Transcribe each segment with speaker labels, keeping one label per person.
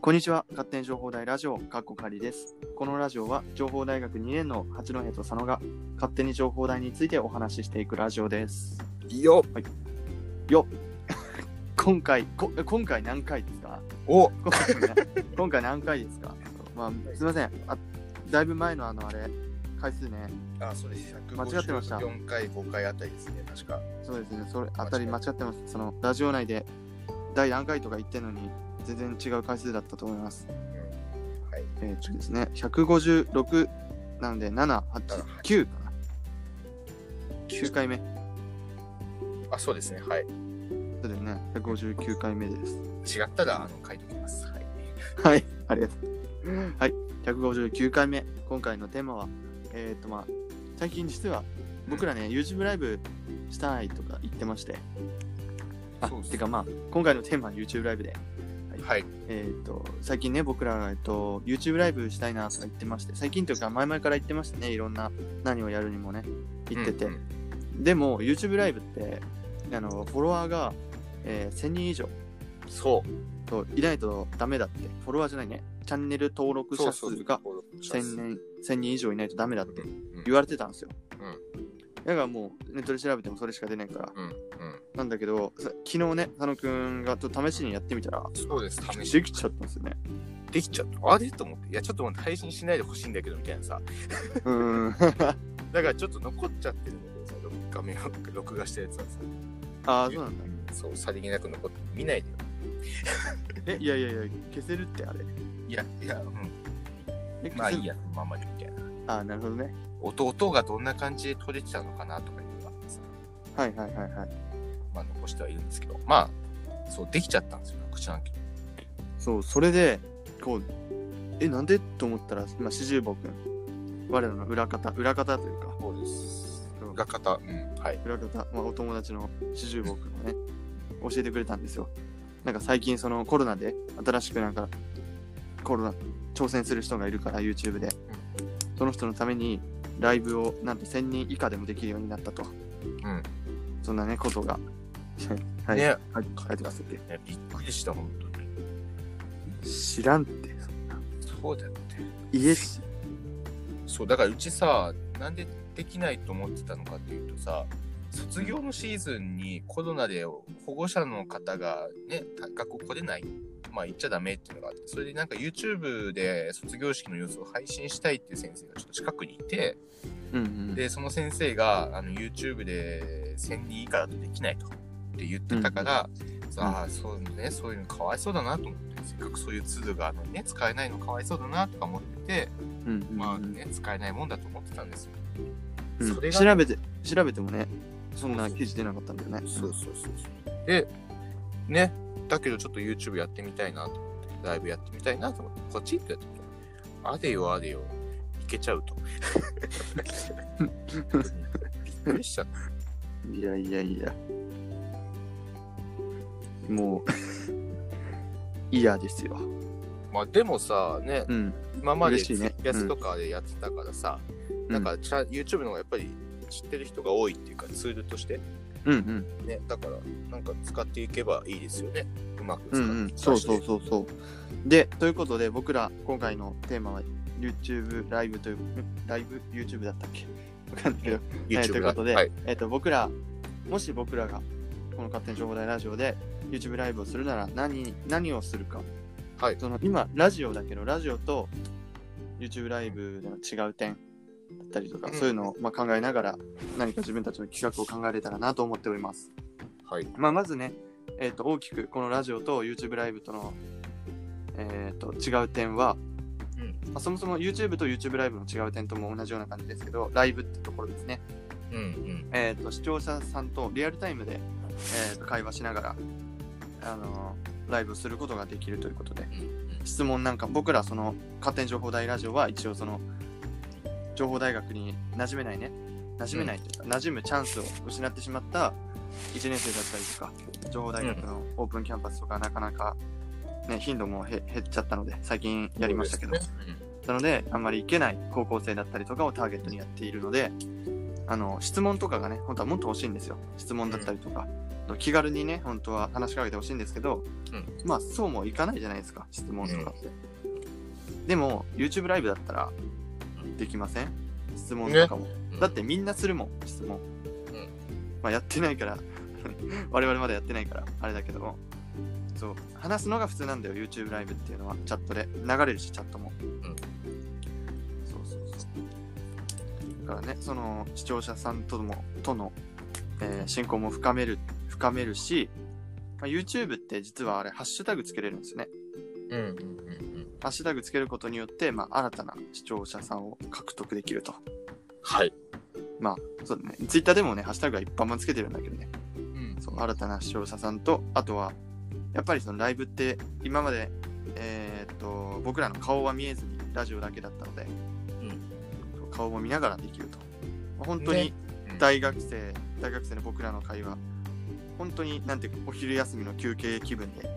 Speaker 1: こんにちは勝手に情報大ラジオかっこかりですこのラジオは情報大学2年の八戸と佐野が勝手に情報大についてお話ししていくラジオです
Speaker 2: いいよ
Speaker 1: よっ今回こ今回何回ですか
Speaker 2: お
Speaker 1: 今回ね今回何回ですか、まあ、すいませんあだいぶ前のあのあれ回数ね
Speaker 2: あ、そうです。
Speaker 1: 間違ってました
Speaker 2: 4回、5回あたりですね、確か。
Speaker 1: そうですねそれあたり間違ってますそのラジオ内で第何回とか言ってるのに全然違う回数だったと思います
Speaker 2: はい。
Speaker 1: えー、っとですね156なので789かな9回目
Speaker 2: あ、そうですね。はい。
Speaker 1: そうですね159回目です
Speaker 2: 違ったら、あの、書いておきます。はい。
Speaker 1: はい、ありがとう。はい、159回目、今回のテーマは、えっ、とまあ、最近実は僕らね、YouTube ライブしたいとか言ってまして、あ、
Speaker 2: そうっす
Speaker 1: てかまあ、今回のテーマは YouTube ライブで、
Speaker 2: はい。
Speaker 1: えっ、と、最近ね、僕ら、えっと、YouTube ライブしたいなとか言ってまして、最近というか前々から言ってましてね、いろんな何をやるにもね、言ってて、
Speaker 2: うんうん
Speaker 1: でも YouTube ライブって、あの、フォロワーが、えー1000人以上
Speaker 2: そう。
Speaker 1: といないとダメだって、フォロワーじゃないね、チャンネル登録者数が
Speaker 2: そうそうそう
Speaker 1: 1000人 ,1000 人以上いないとダメだって
Speaker 2: うん
Speaker 1: 言われてたんですよ。だからもうネットで調べてもそれしか出ないから。
Speaker 2: うんうん
Speaker 1: なんだけど、さ昨日ね、佐野くんがちょっと試しにやってみたら、
Speaker 2: そうです。試し
Speaker 1: できちゃったんですよね。
Speaker 2: できちゃった。あれと思って。いや、ちょっと待って配信しないでほしいんだけど、みたいなさ。
Speaker 1: うーん。
Speaker 2: だから、ちょっと残っちゃってるんだけどさ、録画面を録画したやつはさ。
Speaker 1: ああ、そう なんだ。
Speaker 2: そう、さりげなく残って、見ないで
Speaker 1: え、
Speaker 2: よ。
Speaker 1: いやいやいや、消せるってあれ。
Speaker 2: いや、いや、うん。
Speaker 1: え
Speaker 2: まあ
Speaker 1: 消
Speaker 2: いい
Speaker 1: せる
Speaker 2: や、そのままでみたいな。
Speaker 1: あーなるほどね。
Speaker 2: 音音がどんな感じで取れてたのかなとかいうのがあってさ。
Speaker 1: はいはいはいはい。
Speaker 2: まあ、残してはいるんですけど、まあ、そう、できちゃったんですよ、口暗記。
Speaker 1: そう、それで、こう、え、なんでと思ったら、まあ、四十坊くん。我らの裏方、裏方というか、
Speaker 2: そうです
Speaker 1: うん
Speaker 2: 裏方、うん、はい。
Speaker 1: 裏方、まあ、お友達の四十坊くんがね、教えてくれたんですよ。なんか最近そのコロナで新しくなんかコロナ挑戦する人がいるから YouTube で、その人のためにライブをなんと1000人以下でもできるようになったと。
Speaker 2: ん
Speaker 1: そんなね、こと が。はい。
Speaker 2: ね、
Speaker 1: はい、書いてますって。
Speaker 2: ねびっくりした、本当に。
Speaker 1: 知らんって。
Speaker 2: そうだって。
Speaker 1: 家し。
Speaker 2: そう、だからうちさ、なんでできないと思ってたのかっていうとさ、卒業のシーズンにコロナで保護者の方がね、た学校来れない、まあ行っちゃダメっていうのがあって、それでなんか YouTube で卒業式の様子を配信したいっていう先生がちょっと近くにいて、
Speaker 1: うんうん。
Speaker 2: でその先生があの YouTube で1000人以下だとできないとって言ってたから、ああそうねそういうのかわいそうだなと思ってせっかくそういうツールがあるのにね使えないのかわいそうだなとか思ってて、
Speaker 1: うんうんうん
Speaker 2: まあね使えないもんだと思ってたんですよ、
Speaker 1: うん
Speaker 2: それが
Speaker 1: 調べて、調べてもね、そんな記事出なかったんだよね。
Speaker 2: そうそうそうそうでねだけどちょっと YouTube やってみたいなと思ってライブやってみたいなと思ってポチッとやってみたあれよあれよいけちゃう とびっくりしちゃった
Speaker 1: いやいやいや。 もう、いやですよ。
Speaker 2: まあでもさね
Speaker 1: うん。
Speaker 2: 今までツ
Speaker 1: 嬉しいね
Speaker 2: イキャスとかでやってたからさ、なんかちゃ YouTube の方がやっぱり知ってる人が多いっていうかツールとして
Speaker 1: うんうん。
Speaker 2: ねだからなんか使っていけばいいですよねうまく使
Speaker 1: う
Speaker 2: っ
Speaker 1: ん
Speaker 2: て
Speaker 1: うん。そうそうそうそう。で、ということで、僕ら今回のテーマは YouTube ライブという、んライブ YouTube だったっけわかんないけど。はい
Speaker 2: YouTube
Speaker 1: ということで、
Speaker 2: はい、
Speaker 1: えっと、僕ら、もし僕らが、この勝手に情報大ラジオで YouTube ライブをするなら何、何をするか。
Speaker 2: はい
Speaker 1: その今、ラジオだけど、ラジオと YouTube ライブでの違う点だったりとか、
Speaker 2: うん
Speaker 1: そういうのをまあ考えながら、何か自分たちの企画を考えれたらなと思っております。
Speaker 2: はい、
Speaker 1: まあ、まずね、えっと大きくこのラジオと YouTube ライブとの、えっと違う点は、
Speaker 2: う
Speaker 1: まあ、そもそも YouTube と YouTube ライブの違う点とも同じような感じですけどライブってところですね、
Speaker 2: うんうん
Speaker 1: えっと視聴者さんとリアルタイムで、えっと会話しながら、あのーライブをすることができるということで
Speaker 2: うんうん
Speaker 1: 質問なんか僕らその勝手に情報大ラジオは一応その情報大学に馴染めないね馴染めないというか、馴染むチャンスを失ってしまった1年生だったりとか情報大学のオープンキャンパスとかなかなか、ね、頻度もへ減っちゃったので最近やりましたけど
Speaker 2: そうですね
Speaker 1: なのであんまり行けない高校生だったりとかをターゲットにやっているのであの、質問とかがね、本当はもっと欲しいんですよ。質問だったりとか。気軽にね、本当は話しかけてほしいんですけど、
Speaker 2: うん
Speaker 1: まあ、そうもいかないじゃないですか、質問とかって。でも、YouTube ライブだったら、できません質問とかも。
Speaker 2: うん
Speaker 1: だってみんなするもん、質問。まあ、やってないから、 我々まだやってないから、あれだけども。そう、話すのが普通なんだよ、YouTube ライブっていうのは、チャットで。流れるし、チャットも。そうそうそう。だからね、その、視聴者さんとも、との、えー、進行も深める、深めるし、まあ、YouTube って実はあれ、ハッシュタグつけれるんですね。
Speaker 2: うんうんうんうん
Speaker 1: ハッシュタグつけることによって、まあ、新たな視聴者さんを獲得できると。
Speaker 2: はい、
Speaker 1: そうだね。Twitter でもね、ハッシュタグは一般もつけてるんだけどね。
Speaker 2: うん
Speaker 1: そう新たな視聴者さんとあとはやっぱりそのライブって今まで、えーっと僕らの顔は見えずにラジオだけだったので、そう顔も見ながらできると、まあ本当に
Speaker 2: ねうん
Speaker 1: 大学生、大学生の僕らの会話本当になんていうかお昼休みの休憩気分で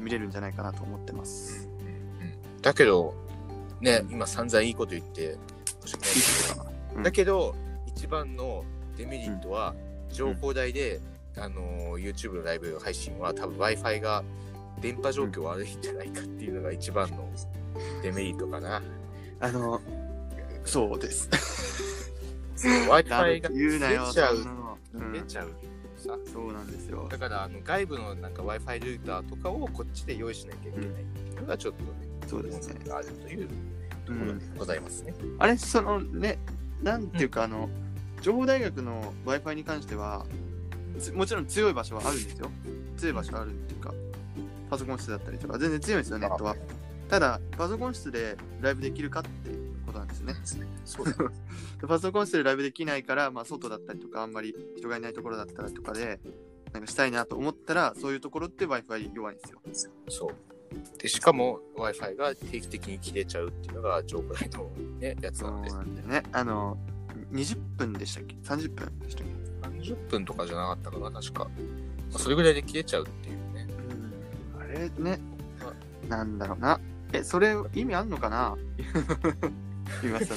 Speaker 1: 見れるんじゃないかなと思ってます、
Speaker 2: だけどね今散々いいこと言って申し訳ない
Speaker 1: い
Speaker 2: け
Speaker 1: い
Speaker 2: ど
Speaker 1: ことかなうん
Speaker 2: だけど、一番のデメリットは、情報代で、あのー YouTube のライブ配信は、多分 Wi-Fi が電波状況悪いんじゃないかっていうのが一番のデメリットかな。
Speaker 1: あのそうですダメ
Speaker 2: Wi-Fi
Speaker 1: って
Speaker 2: が
Speaker 1: 言うなよ
Speaker 2: 出ちゃ
Speaker 1: そんな
Speaker 2: う、
Speaker 1: のう
Speaker 2: 出
Speaker 1: ん、
Speaker 2: ちゃう。さ
Speaker 1: そうなんですよ
Speaker 2: だからあの外部のなんか Wi-Fi ルーターとかをこっちで用意しなきゃいけないっていうのがちょっとね、
Speaker 1: そうで
Speaker 2: 問
Speaker 1: すね
Speaker 2: 題があるというところでございますね。
Speaker 1: あれ、そのね、なんていうか、あの、情報大学の Wi-Fi に関しては、つもちろん強い場所はあるんですよ。強い場所はあるっていうか、パソコン室だったりとか、全然強いんですよ、ネットは。ただ、パソコン室でライブできるかってことなんですね。
Speaker 2: そうだね
Speaker 1: でパソコン室でライブできないから、まあ、外だったりとか、あんまり人がいないところだったりとかで、なんかしたいなと思ったら、そういうところって Wi-Fi 弱いんですよ。
Speaker 2: そう。で、しかも Wi-Fi が定期的に切れちゃうっていうのが情報代のね、やつ
Speaker 1: そ
Speaker 2: な
Speaker 1: うん
Speaker 2: で、
Speaker 1: なんだよね。あの、20分でしたっけ ?30 分でしたっけ
Speaker 2: 30分とかじゃなかったかな、確か。まあそれぐらいで切れちゃうっていうね。
Speaker 1: あれね、なんだろうな。え、それ意味あんのかな 今更。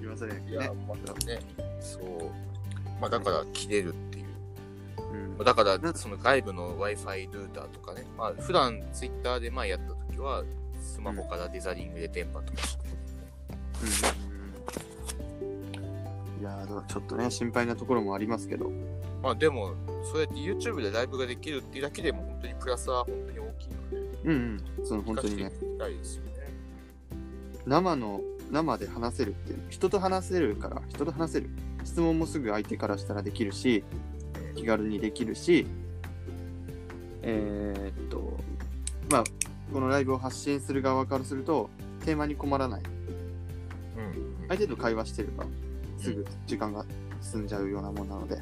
Speaker 1: 今更
Speaker 2: い
Speaker 1: ね。
Speaker 2: や、まだね。そう。まあだから切れるっていう。
Speaker 1: うん
Speaker 2: だか
Speaker 1: な
Speaker 2: ら、その外部の Wi-Fi ルーターとかね。まあ普段 Twitter でまあやった時は、スマホからデザリングで電波とか。
Speaker 1: うんいやーだからちょっとね、心配なところもありますけど。
Speaker 2: まあでも、そうやって YouTube でライブができるっていうだけでも本当にプラスは本当に大きいので、
Speaker 1: うんうん。その本当にね、
Speaker 2: 機会ですよね。
Speaker 1: 生の、生で話せるっていう、人と話せるから、人と話せる。質問もすぐ相手からしたらできるし、気軽にできるし、えーっと、まあ、このライブを発信する側からすると、テーマに困らない。
Speaker 2: うん。
Speaker 1: ある程度会話してれば、すぐ時間が進んじゃうようなもんなので。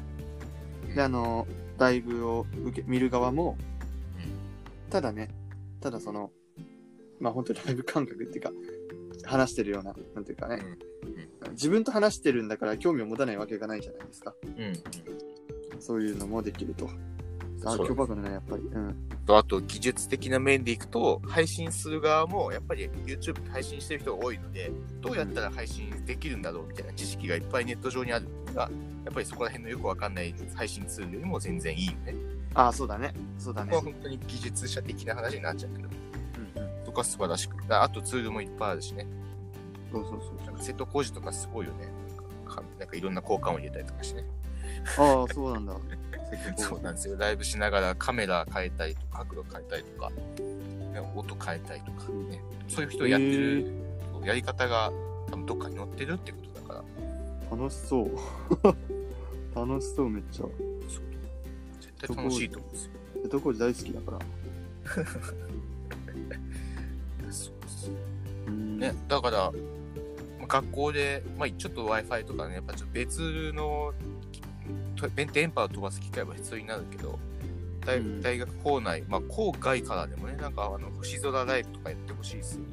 Speaker 1: で、あの、ライブを受け見る側も、ただね、ただその、まあ本当にライブ感覚っていうか、話してるような、なんていうかね、自分と話してるんだから興味を持たないわけがないじゃないですか。
Speaker 2: うん。
Speaker 1: そういうのもできると。あ、
Speaker 2: そう
Speaker 1: 強化だね、やっぱり。うん。
Speaker 2: とあと技術的な面でいくと配信する側もやっぱり YouTube で配信してる人が多いのでどうやったら配信できるんだろうみたいな知識がいっぱいネット上にあるのがやっぱりそこら辺のよくわかんない配信ツールよりも全然いいよね。
Speaker 1: あ、そうだね。そうだ
Speaker 2: こ
Speaker 1: ね
Speaker 2: こは。本当に技術者的な話になっちゃうけど
Speaker 1: うんうん。
Speaker 2: そこは素晴らしくだあとツールもいっぱいあるしね
Speaker 1: そうそうそう。
Speaker 2: なんか瀬戸工事とかすごいよねなんかなんかいろんな交換を入れたりとかしてね
Speaker 1: ああ、そうなんだ。
Speaker 2: そうなんですよライブしながらカメラ変えたりとか角度変えたりとか、ね、音変えたりとかねそういう人やって
Speaker 1: へ
Speaker 2: るやり方が多分どっかに載ってるってことだから
Speaker 1: 楽しそう。 楽しそう、めっちゃ。
Speaker 2: そう絶対楽しいと思うんですよ
Speaker 1: 瀬戸康史大好きだから。
Speaker 2: そうです
Speaker 1: うん
Speaker 2: ね、だからまあ学校で、まあ、ちょっと w i f i とかねやっぱちょっと別のと電電波を飛ばす機会は必要になるけど大
Speaker 1: うん
Speaker 2: 大学校内、まあ、校外からでもねなんかあの星空ライブとかやってほしいですよね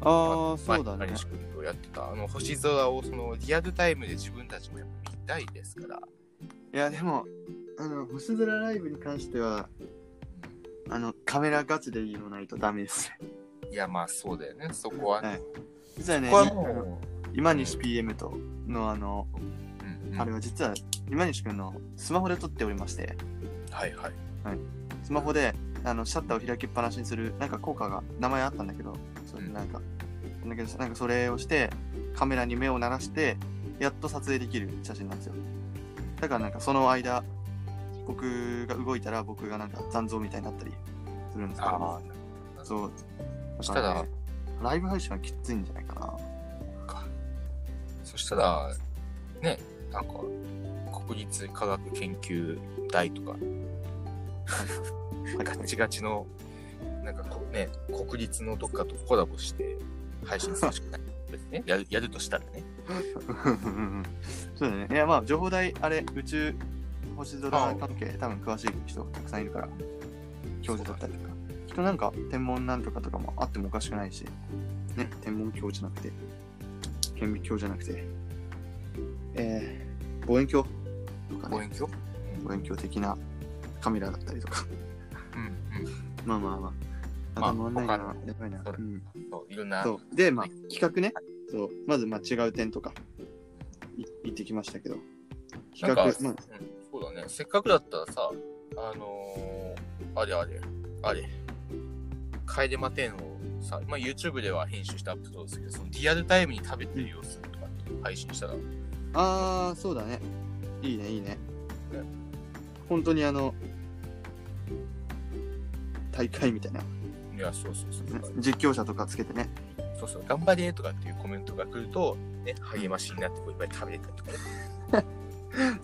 Speaker 1: ああ、そうだね
Speaker 2: マリ。シ君とやってたあの星空をそのリアルタイムで自分たちもやっぱ見たいですから。
Speaker 1: いや、でも、あの、星空ライブに関しては、あの、カメラガチでいいのないとダメです。
Speaker 2: いやまあそうだよね。そこはね。
Speaker 1: はい実は
Speaker 2: そ
Speaker 1: ね、
Speaker 2: こは
Speaker 1: あの
Speaker 2: も
Speaker 1: 今西 PM とのあの、
Speaker 2: う、うん、うん
Speaker 1: あれは実は今西君のスマホで撮っておりまして
Speaker 2: はいはい。
Speaker 1: スマホであのシャッターを開きっぱなしにするなんか効果が名前あったんだけどそ
Speaker 2: うん
Speaker 1: なんかだけどなんかそれをしてカメラに目を鳴らしてやっと撮影できる写真なんですよだからなんかその間僕が動いたら僕がなんか残像みたいになったりするんですけど
Speaker 2: あ
Speaker 1: そう
Speaker 2: そしたら、
Speaker 1: ライブ配信はきついんじゃないか な
Speaker 2: そしたら、ね、なんか、国立科学研究台とか、ガッチガチの、なんかこうね、国立のどっかとコラボして配信する しかない。別にね、やるやるとしたらね。
Speaker 1: そうだね。いや、まあ、情報台、あれ、宇宙、星空関係、多分詳しい人たくさんいるから、教授だったりとか。きっとなんか、天文なんとかとかもあってもおかしくないし、ね、天文教じゃなくて、顕微鏡じゃなくて、えー、望遠鏡とか
Speaker 2: 望
Speaker 1: ね、
Speaker 2: 遠鏡
Speaker 1: 望遠鏡的なカメラだったりとか。
Speaker 2: うん
Speaker 1: まあまあまあ。
Speaker 2: まあ
Speaker 1: 頭回んないな、
Speaker 2: 他
Speaker 1: やばいな。
Speaker 2: そうだ
Speaker 1: うん
Speaker 2: うん。そう、いろんな。
Speaker 1: そう。で、まあ、企画ね。そう。まず、まあ、違う点とか、い言ってきましたけど。
Speaker 2: な
Speaker 1: 企
Speaker 2: んか、
Speaker 1: 画
Speaker 2: うん、、
Speaker 1: まあ、
Speaker 2: そうだね。せっかくだったらさ、あのー、あれあれ、あれ、楓マテンをさ、まあ、YouTube では編集してアップロードするけど、そのリアルタイムに食べてる様子とかって配信したら、
Speaker 1: あー、そうだね。いいね、いいね
Speaker 2: ね。
Speaker 1: 本当にあの、大会みたいな。
Speaker 2: いや、そうそうそう。
Speaker 1: 実況者とかつけてね。
Speaker 2: そうそう、頑張れとかっていうコメントが来ると、ね、励ましになってこういっぱい食べれたりとかね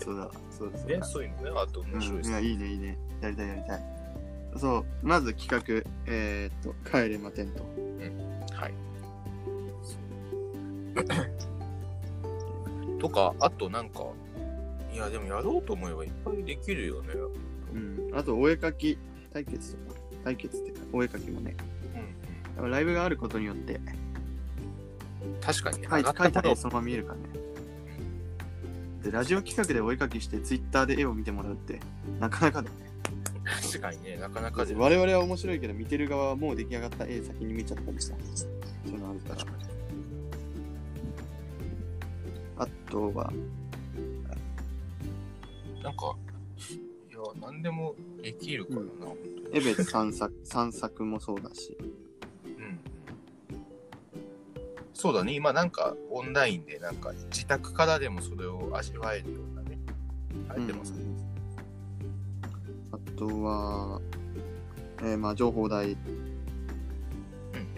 Speaker 1: そうだ、そうだ、そう
Speaker 2: ね、
Speaker 1: だ。
Speaker 2: そういうのね、あと面
Speaker 1: うん、
Speaker 2: 白いで
Speaker 1: い
Speaker 2: す
Speaker 1: や、
Speaker 2: ね。
Speaker 1: いいね、いいね。やりたい、やりたい。そう、まず企画、えー、っと、帰れまテント。
Speaker 2: はい。 とか、あとなんか、いや、でもやろうと思えばいっぱいできるよね。
Speaker 1: うん。あと、お絵描き対決とか、対決っていうか、お絵描きもね。やっぱライブがあることによって、
Speaker 2: 確かにね、
Speaker 1: 書い
Speaker 2: 上
Speaker 1: 書
Speaker 2: がった
Speaker 1: いた
Speaker 2: もの
Speaker 1: 絵そのまま見えるからね。で、ラジオ企画でお絵描きして、ツイッターで絵を見てもらうって、なかなかだよね。
Speaker 2: 確かにね、なかなかで、
Speaker 1: 我々は面白いけど、見てる側はもう出来上がった絵先に見ちゃったりさ。そういうのあるから。あとは、
Speaker 2: なんか、いや、なんでもできるからな、
Speaker 1: うん
Speaker 2: 本当に
Speaker 1: エベ散 策、散策もそうだし。
Speaker 2: うんそうだね、今なんかオンラインでなんか自宅からでもそれを味わえるようなね、あれてますね。
Speaker 1: あとは、えーまあ、情報台、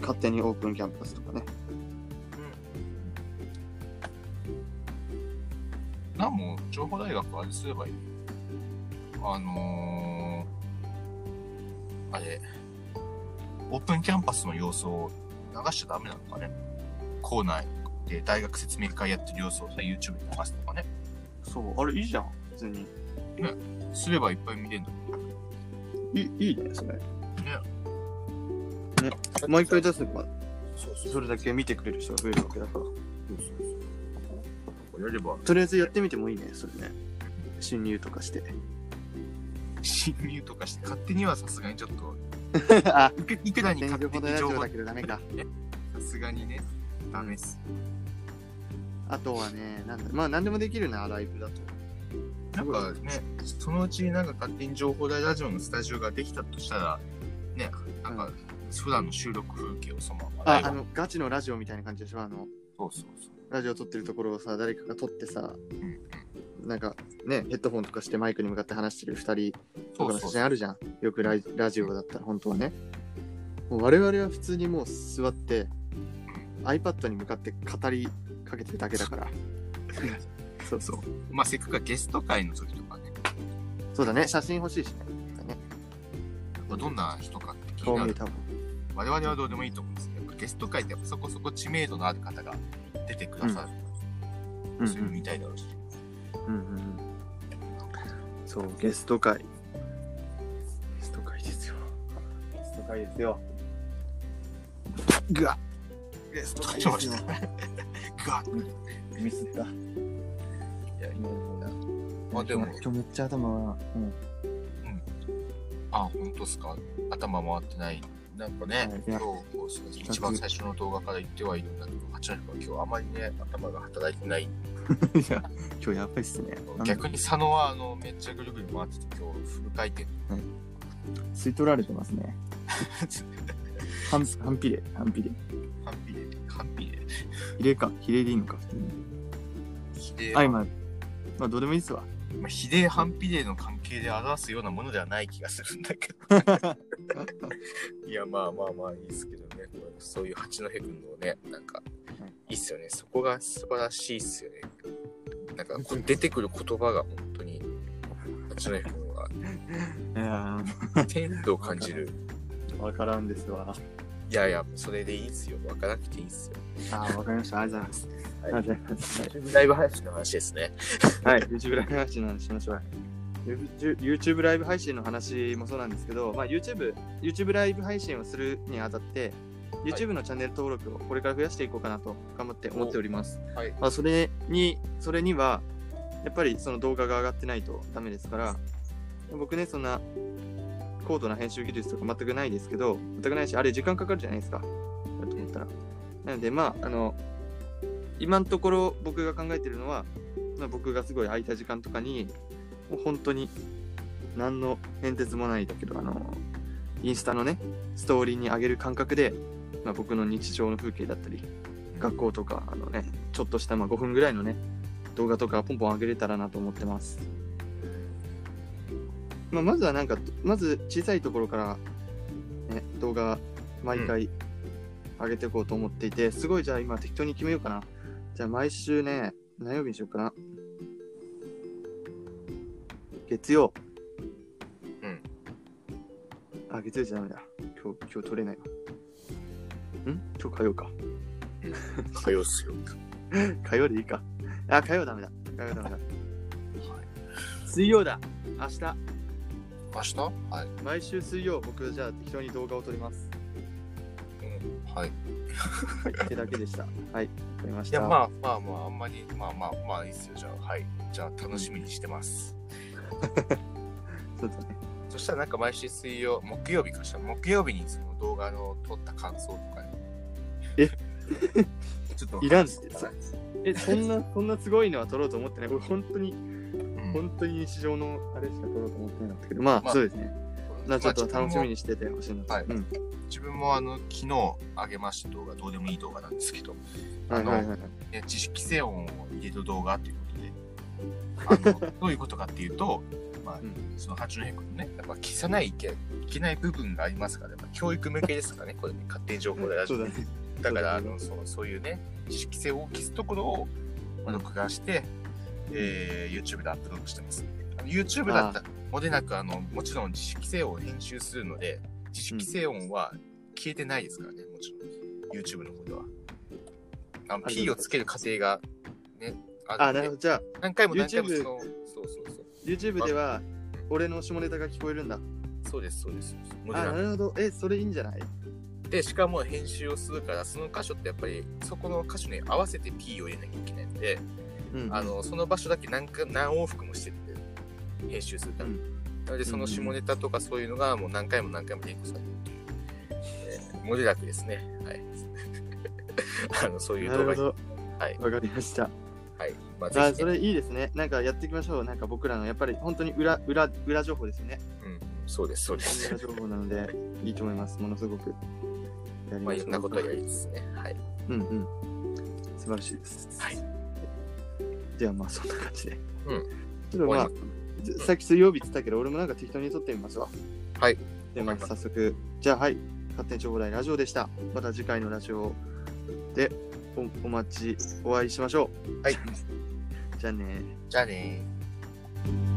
Speaker 1: 勝手にオープンキャンパスとかね。
Speaker 2: なんもう情報大学あれすればいい。あのー、あれ、オープンキャンパスの様子を流しちゃダメなのかね。校内で大学説明会やってる様子をさ、YouTube に流すとかね。
Speaker 1: そう、あれいいじゃん、普通に。
Speaker 2: すればいっぱい見れるの
Speaker 1: いいいいね、それ。
Speaker 2: ね。
Speaker 1: ね毎回出せば、
Speaker 2: そうそうそ
Speaker 1: それだけ見てくれる人が増えるわけだから。
Speaker 2: うそうそう。やれば、
Speaker 1: とりあえずやってみてもいいね、それね。侵入とかして。
Speaker 2: 侵入とかして、勝手にはさすがにちょっと、
Speaker 1: あ、
Speaker 2: いくいくらに勝
Speaker 1: 情
Speaker 2: 手
Speaker 1: 報台
Speaker 2: に
Speaker 1: ラジ
Speaker 2: 情
Speaker 1: オ
Speaker 2: 報
Speaker 1: だけどダメか。
Speaker 2: さすがにね、ダメっす。
Speaker 1: あとはね、なんだ、まあ何でもできるな、ライブだと。
Speaker 2: なんかね、そのうちなんか勝手に情報大ラジオのスタジオができたとしたら、ね、なんか普段の収録風景をそのまま
Speaker 1: あ
Speaker 2: ライ、ブ
Speaker 1: あの、ガチのラジオみたいな感じでしょあの、
Speaker 2: そうそうそう。
Speaker 1: ラジオ撮ってるところをさ、誰かが撮ってさ、
Speaker 2: うん
Speaker 1: なんかね、ヘッドホンとかしてマイクに向かって話してる二人と
Speaker 2: そ
Speaker 1: か
Speaker 2: う
Speaker 1: の写
Speaker 2: そうそう
Speaker 1: 真あるじゃん。よくライラジオだったら、本当はね。もう我々は普通にもう座って、iPad に向かって語りかけてるだけだから。 そう
Speaker 2: そ
Speaker 1: そう
Speaker 2: う。まあせっかくゲスト会の時とかね、
Speaker 1: そうだね、写真欲しいしね。
Speaker 2: まあどんな人かって気
Speaker 1: 顔
Speaker 2: にな
Speaker 1: 見え
Speaker 2: る。
Speaker 1: たもん。
Speaker 2: 我々はどうでもいいと思うんですけど、やっぱゲスト会ってやっぱそこそこ知名度のある方が出てくださる。
Speaker 1: うん
Speaker 2: そういうのみたいだろうし。
Speaker 1: うんうんうんそう、ゲスト会。ゲスト会ですよ。ゲスト会ですよ。
Speaker 2: ぐわ
Speaker 1: ゲスト
Speaker 2: っ
Speaker 1: 会
Speaker 2: ちょっ
Speaker 1: です
Speaker 2: と
Speaker 1: よ
Speaker 2: 待。ぐわ
Speaker 1: ミスった。い
Speaker 2: やい
Speaker 1: や
Speaker 2: まあでも、
Speaker 1: 今日めっちゃ頭が、うん。
Speaker 2: あ、本当っすか。頭回ってない。なんかね、
Speaker 1: はいい
Speaker 2: 今
Speaker 1: や
Speaker 2: 日こうそうです一番最初の動画から言ってはいるんだけど、八割は今日あまりね、頭が働いてない
Speaker 1: いや、今日やばいっすね。なんか
Speaker 2: 逆に佐野はあのめっちゃぐるぐる回ってて今日フル回転
Speaker 1: 吸い取られてます ね。半半比例、半比例。
Speaker 2: 完璧で完璧で
Speaker 1: 比例か、比例でいいのか、普通に。
Speaker 2: ひでえ
Speaker 1: あ、今、まあ、どうでもいいっすわ。
Speaker 2: まあ、比例反比例の関係で表すようなものではない気がするんだけどいやまあまあまあいいですけどねこうそういう八戸君のねなんかいいっすよねそこが素晴らしいっすよねなんかこう出てくる言葉が本当に八戸君はい
Speaker 1: や
Speaker 2: 天と感じる
Speaker 1: ー、わからんですわ。
Speaker 2: いやいやそれでいいっすよ分からなくていいっすよ
Speaker 1: あー、わかりました。ありがとうございます。
Speaker 2: はい
Speaker 1: ありがとうございます。
Speaker 2: ライブ配信の話ですね
Speaker 1: はい、YouTube ライブ配信の話しましょう。YouTube YouTube ライブ配信の話もそうなんですけど、まあ、YouTube, YouTube ライブ配信をするにあたって、YouTube のチャンネル登録をこれから増やしていこうかなと頑張って思っております。
Speaker 2: はい
Speaker 1: まあ、それに、それには、やっぱりその動画が上がってないとダメですから、僕ね、そんな高度な編集技術とか全くないですけど、全くないし、あれ時間かかるじゃないですか。だと思ったら。なので、まあ、あの、今のところ僕が考えてるのは、まあ、僕がすごい空いた時間とかに、もう本当に何の変哲もないだけど、あの、インスタのね、ストーリーに上げる感覚で、まあ、僕の日常の風景だったり、学校とか、あのね、ちょっとしたまあ5分ぐらいのね、動画とかポンポン上げれたらなと思ってます。まあ、まずはなんか、まず小さいところから、ね、動画毎回上げていこうと思っていて、すごいじゃあ今適当に決めようかな。じゃあ毎週ね、何曜日にしようかな。月曜。
Speaker 2: うん。
Speaker 1: あ、月曜じゃダメだ。今日、今日取れないわ。ん今日火曜か。
Speaker 2: 火曜っすよ
Speaker 1: 火曜でいいか。あ、火曜ダメだ。火曜ダメだ。水曜だ。明日。
Speaker 2: 明日はい、
Speaker 1: 毎週水曜、僕じゃあ適当に動画を撮ります。
Speaker 2: うん、はい
Speaker 1: 手だけでした。はい。わかりまし
Speaker 2: いや
Speaker 1: た。
Speaker 2: まあまあまああんまりまあまあまあいいっすよじゃあはいじゃあ楽しみにしてます、
Speaker 1: そうだね。
Speaker 2: そしたらなんか毎週水曜木曜日かしら木曜日にその動画の撮った感想とかね
Speaker 1: え
Speaker 2: ちょっと
Speaker 1: いらんってさえ、そんな、そんなすごいのは撮ろうと思ってない。俺、本当に、
Speaker 2: うん
Speaker 1: 本当に日常のあれしか撮ろうと思ってなかったけど、まあ、
Speaker 2: まあ
Speaker 1: そうですね。
Speaker 2: ま
Speaker 1: な
Speaker 2: あ
Speaker 1: ちょっと楽しみ
Speaker 2: 自分も
Speaker 1: にしててほしいなと。
Speaker 2: はい
Speaker 1: うん。
Speaker 2: 自分もあの昨日あげました動画どうでもいい動画なんですけど、
Speaker 1: はいはいはい。
Speaker 2: ね、知識性音を入れる動画ということであ のどういうことかっていうとまあ
Speaker 1: うん
Speaker 2: その八戸君のねやっぱ消さないといけない部分がありますからやっぱ教育向けですからねこれね勝手に情報でラジ
Speaker 1: そ
Speaker 2: オ
Speaker 1: うだね。
Speaker 2: だからあのそうそういうね知識性を消すところをまあ録画して、えー YouTube でアップロードしてますあの YouTube だったらもれなくあのもちろん知識性を編集するので知識性音は消えてないですからねもちろん YouTube の方ではあの
Speaker 1: あ
Speaker 2: P をつける過程がねあ
Speaker 1: あ、
Speaker 2: る
Speaker 1: なる
Speaker 2: の
Speaker 1: ほ
Speaker 2: で
Speaker 1: ど。じゃあ、
Speaker 2: 何回も何回も
Speaker 1: YouTube
Speaker 2: そのそうそうそう
Speaker 1: YouTube では、俺の下ネタが聞こえるんだ。
Speaker 2: そうですそうですもれ
Speaker 1: あ、
Speaker 2: な
Speaker 1: な
Speaker 2: く
Speaker 1: るほど。え、それいいんじゃない
Speaker 2: でしかも編集をするからその箇所ってやっぱりそこの箇所に合わせて P を入れなきゃいけないので
Speaker 1: うん。
Speaker 2: あのその場所だけ何か何往復もしてって編集するために、
Speaker 1: う
Speaker 2: なのでその下ネタとかそういうのがもう何回も何回も提供されるっていう、えー、モデラクですねはい あのそういう
Speaker 1: な
Speaker 2: 動画
Speaker 1: るほ
Speaker 2: に
Speaker 1: ど。
Speaker 2: はい
Speaker 1: わかりました。
Speaker 2: はいまあ
Speaker 1: あ、
Speaker 2: ぜひ
Speaker 1: そ
Speaker 2: ね、
Speaker 1: れいいですね。なんかやっていきましょう。なんか僕らの、やっぱり本当に裏、裏、裏情報ですよね。
Speaker 2: うん、そうですそうで す
Speaker 1: 裏情報なので、いいと思います。ものすごく。やり
Speaker 2: まあ
Speaker 1: ま
Speaker 2: い
Speaker 1: し
Speaker 2: ろ
Speaker 1: ょ
Speaker 2: ん
Speaker 1: う
Speaker 2: なことやりですねはい
Speaker 1: うんうん。素晴らしいです。
Speaker 2: はい。
Speaker 1: ではまあそんな感じで。
Speaker 2: うん
Speaker 1: ちょっとまあ、さっき水曜日って言ったけど、俺もなんか適当に撮ってみますわ。
Speaker 2: はい。
Speaker 1: ではま
Speaker 2: わか
Speaker 1: あ
Speaker 2: り
Speaker 1: 早
Speaker 2: ま
Speaker 1: 速、じゃあはい、勝手に情報大ラジオでした。また次回のラジオでおお待ち、お会いしましょう。
Speaker 2: はい
Speaker 1: じゃあね
Speaker 2: じゃあねー